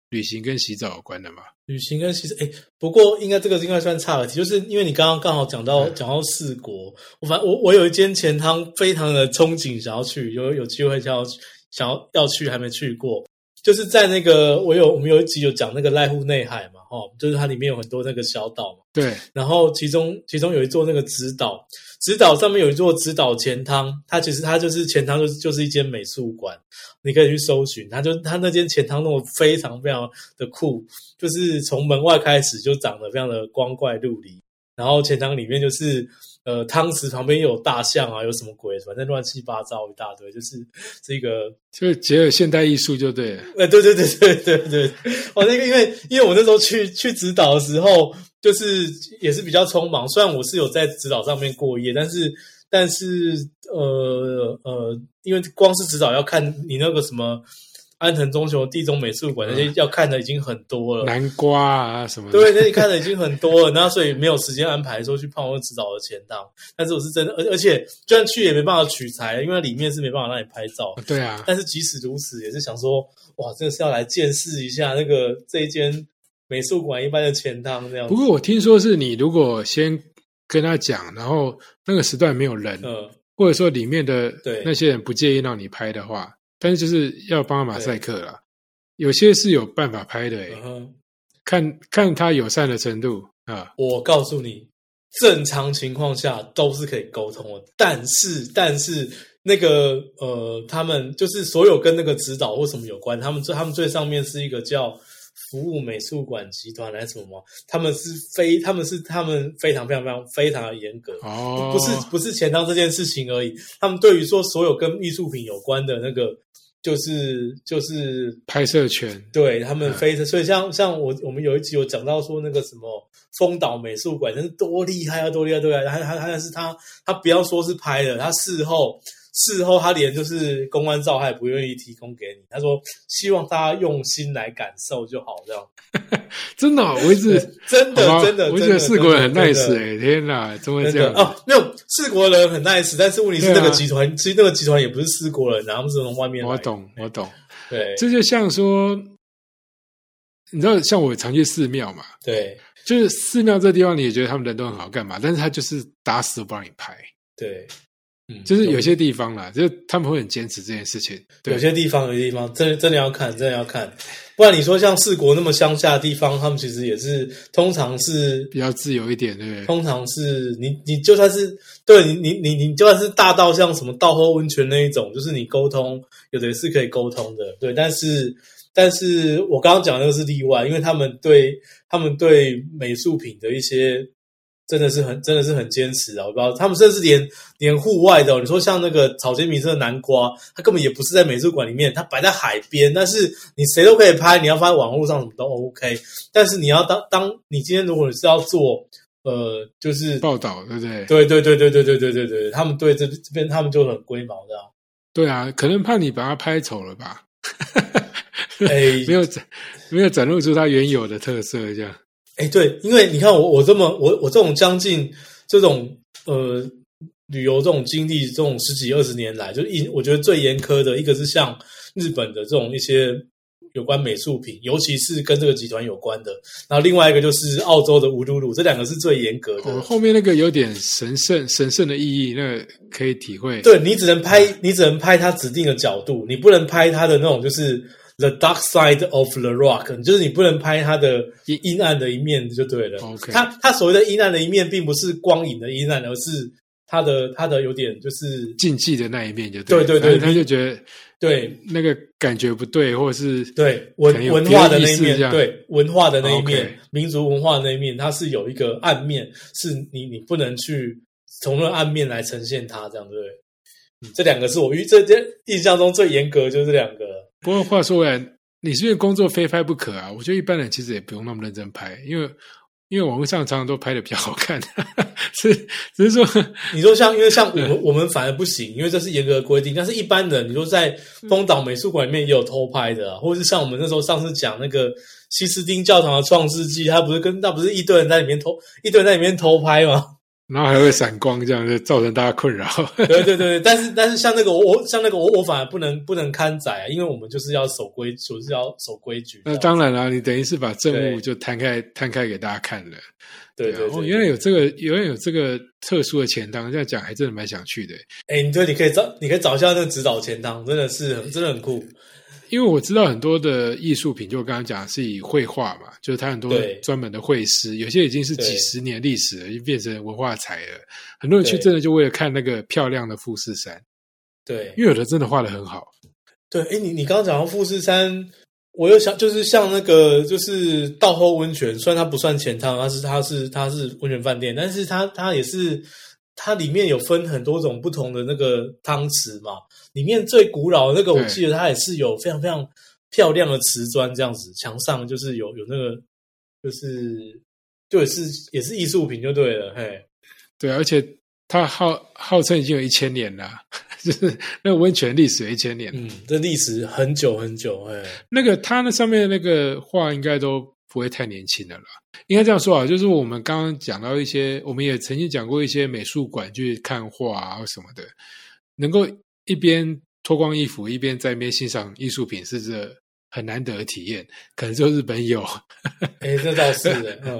旅行跟洗澡有关的吗？
旅行跟其实，哎、不过应该这个应该算差了题，就是因为你刚刚刚好讲到讲到四国，我反我我有一间钱汤非常的憧憬想要去，有有机会想要去想要要去还没去过，就是在那个我有我们有一集有讲那个濑户内海嘛，哦，就是它里面有很多那个小岛嘛，
对，
然后其中其中有一座那个直岛，直岛上面有一座直岛钱汤，它其实它就是钱汤就是就是一间美术馆，你可以去搜寻，它就它那间钱汤弄得非常非常的酷，就是从门外开始就长得非常的光怪陆离，然后钱汤里面就是。呃汤池旁边又有大象啊，有什么鬼，反正乱七八糟一大堆，就是这个
就结合现代艺术就对了。
呃，对对对对对对，哦，那个因为因为我那时候去去指导的时候，就是也是比较匆忙，虽然我是有在指导上面过夜，但是但是呃呃，因为光是指导要看你那个什么安藤忠雄地中美术馆那些要看的已经很多了，
南瓜啊什么的，
呃对，那你看的已经很多了，那所以没有时间安排说去胖问指导的前档，但是我是真的，而而且就算去也没办法取材，因为里面是没办法让你拍照。
对啊，
但是即使如此，也是想说，哇，真的是要来见识一下那个这一间美术馆一般的钱汤这样
不。过我听说是你如果先跟他讲，然后那个时段没有人，
嗯，
或者说里面的
对
那些人不介意让你拍的话，但是就是要帮马赛克啦。有些是有办法拍的、欸，
然后
看看他友善的程度啊。
我告诉你，正常情况下都是可以沟通的，但是但是那个呃，他们就是所有跟那个指导或什么有关，他们最他们最上面是一个叫。服务美术馆集团还是什么吗？他们是非他们是他们非常非常非常非常的严格，
哦，
不是不是钱汤这件事情而已，他们对于说所有跟艺术品有关的那个，就是就是
拍摄权，
对他们非常，所以像像我我们有一集有讲到说那个什么丰岛美术馆，真是多厉害啊，多厉害，多厉害！他他他但是他他不要说是拍的，他事后事后他连就是公关照他也不愿意提供给你，他说希望大家用心来感受就好，这样
真的哦、我一直
真的
好吧
真的，
我觉
真
得
的
四国人很
真的真
nice
的
哎、天哪，怎么会
真
这样
的
子？
哦，没有四国人很 nice，但是问题是
对啊
那个集团，其实那个集团也不是四国人啊，他们是从外面来的。
我懂，我懂。
对，
这就像说，你知道，像我常去寺庙嘛，
对
就是寺庙这地方，你也觉得他们人都很好，干嘛？但是他就是打死不让你拍，
对，嗯，
就是有些地方啦，就是他们会很坚持这件事情。对
有些地方，有些地方真的真的要看，真的要看，不然你说像四国那么乡下的地方，他们其实也是通常是。
比较自由一点，对不对？
通常是你，你就算是对你，你你你就算是大到像什么道后温泉那一种，就是你沟通，有的也是可以沟通的，对。但是，但是我刚刚讲的那个是例外，因为他们对他们对美术品的一些真的是很真的是很坚持啊！我不知道他们甚至连连户外的哦、你说像那个草间弥生的南瓜，它根本也不是在美术馆里面，它摆在海边，但是你谁都可以拍，你要发在网络上什么都 OK。但是你要当当你今天如果是要做呃，就是
报道，对不对？
对对对对对对对对对，他们对这这边他们就很龟毛这样。
对啊，可能怕你把它拍丑了吧，
哎
没有展没有展露出它原有的特色，这样。
哎，对，因为你看我我这么我我这种将近这种呃旅游这种经历，这种十几二十年来，就一我觉得最严苛的一个是像日本的这种一些有关美术品，尤其是跟这个集团有关的，然后另外一个就是澳洲的乌鲁鲁，这两个是最严格的。
我、后面那个有点神圣神圣的意义，那个可以体会。
对你只能拍，你只能拍它指定的角度，你不能拍它的那种就是 the dark side of the rock，就是你不能拍它的阴阴暗的一面就对了。
哦 OK
它它所谓的阴暗的一面，并不是光影的阴暗，而是它的它的有点就是
禁忌的那一面就对了，
对对对
反正他就觉得
对
那个感觉不对，或者是
对
可能
文
有
文化的那
别的意
一
思
面
这，样哦
对文化的那一面
OK
民族文化的那一面，它是有一个暗面，是你你不能去从那个暗面来呈现它，这样对不对？嗯这两个是我遇这这印象中最严格的就是这两个了。
不过话说回来，你是因为工作非拍不可啊？我觉得一般人其实也不用那么认真拍，因为因为网络上常常都拍的比较好看， 只只是说
你说像，因为像我们我们反而不行，因为这是严格的规定。但是一般人，你说在丰岛美术馆里面也有偷拍的、啊，或者是像我们那时候上次讲那个西斯丁教堂的创世纪，他不是跟那不是一堆人在里面偷，一堆人在里面偷拍吗？
然后还会闪光，这样就造成大家困扰。
对对对对，但是但是像那个我我像那个我我反而不能不能看仔、啊，因为我们就是要守规，就是要守规矩。
那当然啦、你等于是把政务
对
就摊开摊开给大家看了。
对对
啊哦
对，
原来有这个，原来有这个特殊的钱当，这样讲还真的蛮想去的。
哎，你对，你可以找你可以找一下那个指导前堂，真的是很真的很酷。
因为我知道很多的艺术品，就我刚刚讲的是以绘画嘛，就是它很多
对
专门的绘师，有些已经是
对
几十年历史了，已经变成文化财了。很多人去
对
真的就为了看那个漂亮的富士山，
对，
因为有的真的画的很好。
对，哎，你你刚刚讲到富士山，我又想就是像那个就是道后温泉，虽然它不算钱汤，它是它是它是温泉饭店，但是它它也是它里面有分很多种不同的那个汤匙嘛，里面最古老的那个，我
对
记得它也是有非常非常漂亮的瓷砖，这样子墙上就是有有那个，就是就是也是艺术品就对了，嘿，
对，啊而且它号号称已经有一千年了， 就是那个温泉历史有一千年。
嗯，这历史很久很久，嘿，
那个它那上面的那个画应该都不会太年轻的啦。应该这样说啊，就是我们刚刚讲到一些，我们也曾经讲过一些美术馆去看画啊什么的，能够一边脱光衣服一边在那边欣赏艺术品，是这很难得的体验，可能就日本有。
哎，这倒是的，嗯，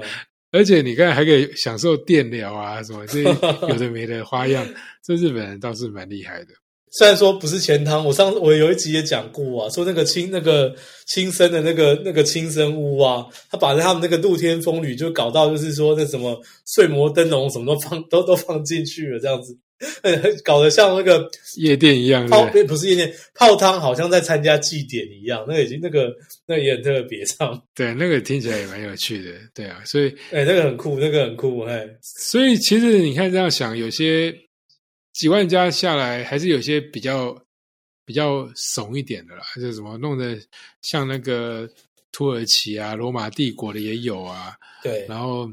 而且你看还可以享受电疗啊什么这有的没的花样，这日本人倒是蛮厉害的。
虽然说不是钱汤，我上我有一集也讲过啊，说那个青那个青生的那个那个青生屋啊，他把他们那个露天风吕就搞到，就是说那什么睡魔灯笼什么都放都都放进去了，这样子， 搞得像那个
夜店一样，对
泡
不对
不是夜店泡汤，好像在参加祭典一样，那个已经那个那个也很特别，这样，
对，那个听起来也蛮有趣的，对啊，所以
哎、那个很酷，那个很酷，哎，
所以其实你看这样想，有些几万家下来，还是有些比较比较怂一点的啦，就是什么弄得像那个土耳其啊、罗马帝国的也有啊，
对，
然后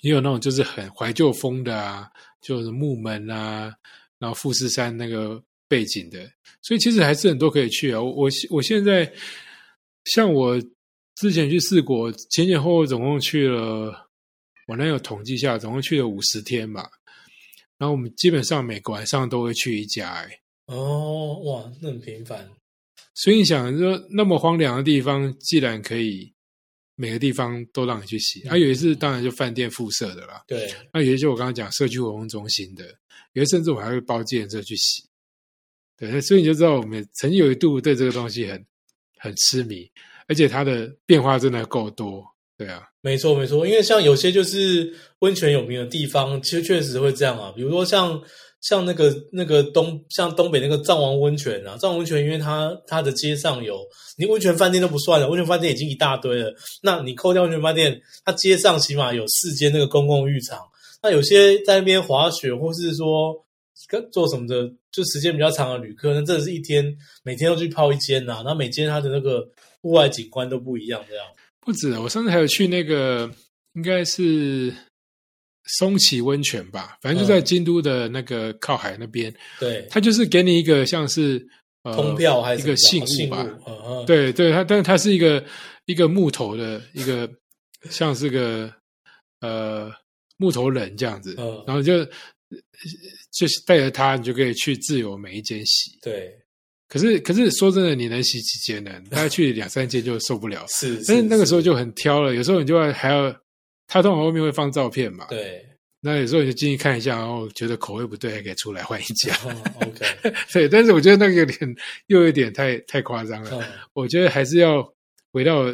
也有那种就是很怀旧风的啊，就是木门啊，然后富士山那个背景的，所以其实还是很多可以去啊。我我我现在像我之前去四国，前前后后总共去了，我那有统计一下，总共去了五十天嘛。然后我们基本上每个晚上都会去一家、欸，
哦，哇，那很频繁，
所以你想说，那么荒凉的地方，既然可以每个地方都让你去洗，
嗯
啊，有一次当然就饭店附设的啦，
对，
那有一些就我刚刚讲社区活动中心的，有些甚至我还会包计程车去洗。对，所以你就知道我们曾经有一度对这个东西很很痴迷，而且它的变化真的够多。对啊，
没错，没错，因为像有些就是温泉有名的地方，其实确实会这样啊。比如说像像那个那个东像东北那个藏王温泉啊，藏王温泉因为它它的街上有，你温泉饭店都不算了，温泉饭店已经一大堆了。那你扣掉温泉饭店，它街上起码有四间那个公共浴场。那有些在那边滑雪或是说跟做什么的，就时间比较长的旅客，那真的是一天每天都去泡一间呐、啊。那每间它的那个户外景观都不一样，这样。
不止，啊我上次还有去那个应该是松崎温泉吧，反正
嗯
就在京都的那个靠海那边，
对，
它就是给你一个像是、呃、
通票还是
一个
什
信
么
物
信
吧，
嗯嗯，
对对，它但是它是一个一个木头的一个像是个呃木头人这样子，
嗯
然后就就是带着它，你就可以去自由每一间洗。
对，。
可是可是说真的，你能洗几间呢？大概去两三间就受不了
是，
但是那个时候
是
就很挑了，有时候你就要还要，它通常后面会放照片嘛，
对、
那有时候你就进去看一下，然后觉得口味不对，还可以出来换一家。
嗯、，OK，
对，但是我觉得那个有点又有点太太夸张了。
嗯，
我觉得还是要回到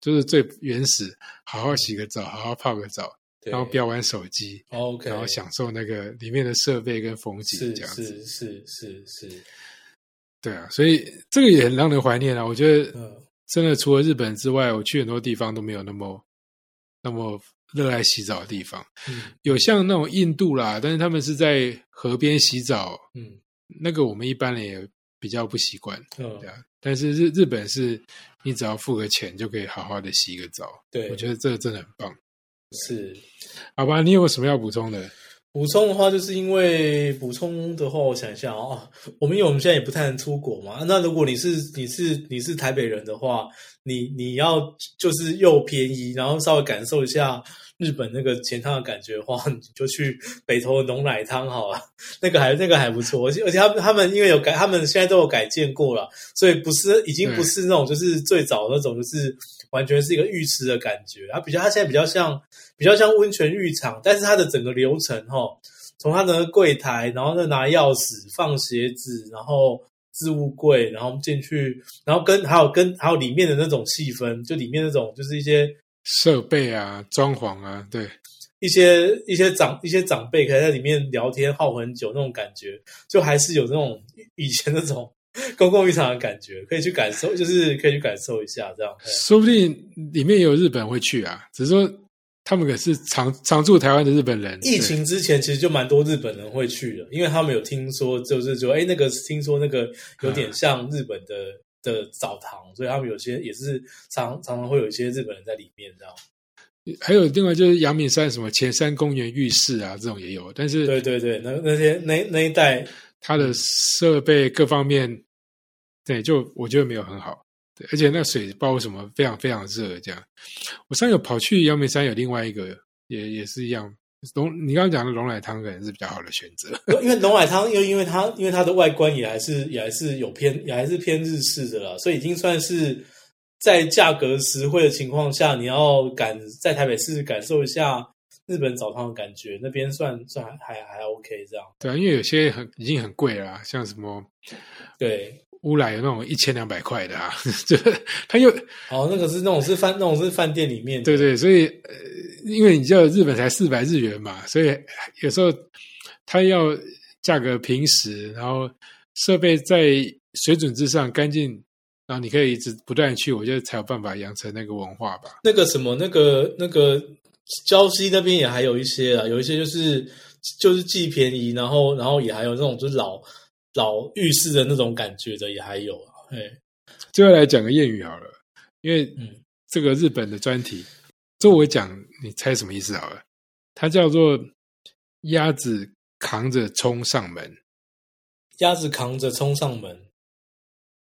就是最原始，好好洗个澡，好好泡个澡，
对哦
然后不要玩手机，
OK，
然后享受那个里面的设备跟风景，
是
这样子。
是是是是，
对啊，所以这个也很让人怀念啊。我觉得
嗯，
真的除了日本之外，我去很多地方都没有那么那么热爱洗澡的地方。
嗯
有像那种印度啦，但是他们是在河边洗澡，
嗯
那个我们一般人也比较不习惯，
嗯
对，啊。但是日日本是你只要付个钱就可以好好的洗个澡。
对，
我觉得这个真的很棒。
是。
好吧，你有什么要补充的？
补充的话，就是因为补充的话，我想一下哦，我们因为我们现在也不太能出国嘛。那如果你是你是你是台北人的话，你你要就是又便宜，然后稍微感受一下日本那个钱汤的感觉的话，你就去北投的浓奶汤好了， 那个还那个还不错，而且而且他们他们因为有改，他们现在都有改建过了，所以不是已经不是那种就是最早那种就是完全是一个浴池的感觉，它比较它现在比较像比较像温泉浴场，但是它的整个流程哈、吼从它的柜台，然后再拿钥匙、放鞋子，然后置物柜，然后进去，然后跟还有跟还有里面的那种气氛，就里面那种就是一些
设备啊，装潢啊，对，
一些一些长一些长辈可以在里面聊天耗很久那种感觉，就还是有那种以前那种公共浴场的感觉，可以去感受，就是可以去感受一下这样。
说不定里面也有日本会去啊，只是说他们可是常常驻台湾的日本人。
疫情之前其实就蛮多日本人会去的，因为他们有听说，就是说，哎，那个听说那个有点像日本的、的澡堂，所以他们有些也是常常常会有一些日本人在里面这样。
对还有另外就是阳明山什么前山公园浴室啊，这种也有，但是
对对对，那那些那那一代
它的设备各方面，对，就我觉得没有很好。对，而且那水不知道为什么非常非常热，这样。我上次有跑去阳明山，有另外一个也也是一样，龙你刚刚讲的龙奶汤可能是比较好的选择。
因为龙海汤，又因为它因为它的外观也还是也还是有偏也还是偏日式的啦，所以已经算是在价格实惠的情况下，你要感在台北市感受一下日本澡堂的感觉，那边算算还还还 OK 这样。
对啊，因为有些很已经很贵了啊，像什么
对，
乌来有那种一千两百块的啊， 就它又
哦，那个是那种是饭那种是饭店里面的
对对，所以呃，因为你知道日本才四百日元嘛，所以有时候它要价格平实，然后设备在水准之上，干净，然后你可以一直不断地去，我觉得才有办法养成那个文化吧。
那个什么，那个那个礁溪那边也还有一些啊，有一些就是就是既便宜，然后然后也还有那种就是老老浴室的那种感觉的也还有啊，哎，
最后来讲个谚语好了，因为
嗯
这个日本的专题，这我讲，你猜什么意思好了？它叫做“鸭子扛着冲上门
鸭子扛着冲上门，”，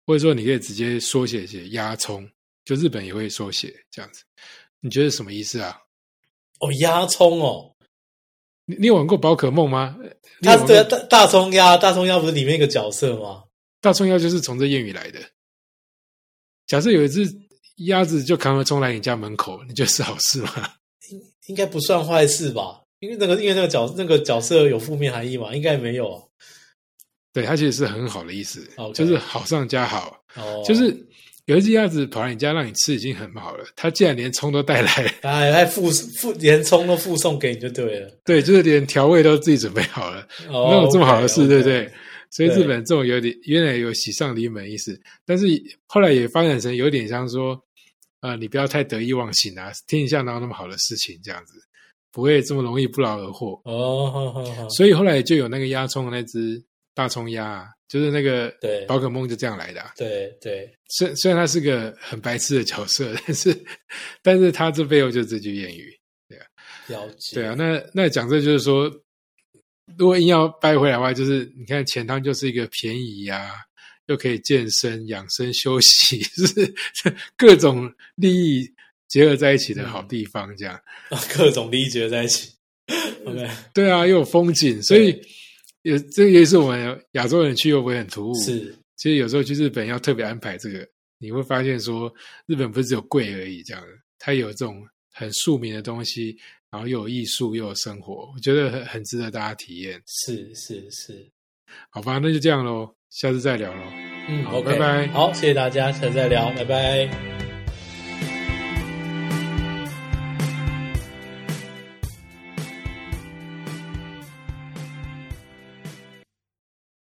或者说你可以直接缩写写“鸭冲”，就日本也会缩写这样子。你觉得什么意思啊？
哦，鸭葱哦，
你你有玩过宝可梦吗？你有
它
玩过
对啊大大葱鸭，大葱鸭不是里面一个角色吗？
大葱鸭就是从这谚语来的。假设有一只鸭子就扛着冲来你家门口，你觉得是好事吗？
应该不算坏事吧？因为那个因为那个角那个角色有负面含义嘛，应该没有啊。
对，它其实是很好的意思
OK
就是好上加好。
哦，
就是有一只鸭子跑来你家让你吃已经很好了，它竟然连葱都带来了，
哎，还附附连葱都附送给你就对了。
对，就是连调味都自己准备好了，
哦，
哪有这么好的事，
OK，OK
对不对？所以
对
日本这种有点原来有喜上临门意思，但是后来也发展成有点像说，呃，你不要太得意忘形啊，天底下哪有那么好的事情这样子，不会这么容易不劳而获。
哦，好好好，
所以后来就有那个鸭葱那只大葱鸭、啊，就是那个
对
宝可梦就这样来的、啊。
对对，
虽虽然他是个很白痴的角色，但是但是他这背后就这句谚语，
了解。
对啊，那那讲这就是说，如果硬要掰回来的话，就是你看钱汤就是一个便宜呀、又可以健身、养生、休息， 就是各种利益结合在一起的好地方，这样。
各种理解在 一起。OK，
对啊，又有风景，所以也这也是我们亚洲人去又不会很突兀，
是
其实有时候去日本要特别安排这个，你会发现说，日本不是只有贵而已，这样的，它有这种很庶民的东西，然后又有艺术，又有生活，我觉得很很值得大家体验。
是是是，
好吧，那就这样喽，下次再聊喽。
嗯
好
，OK，
拜拜
好，谢谢大家，下次再聊，拜拜。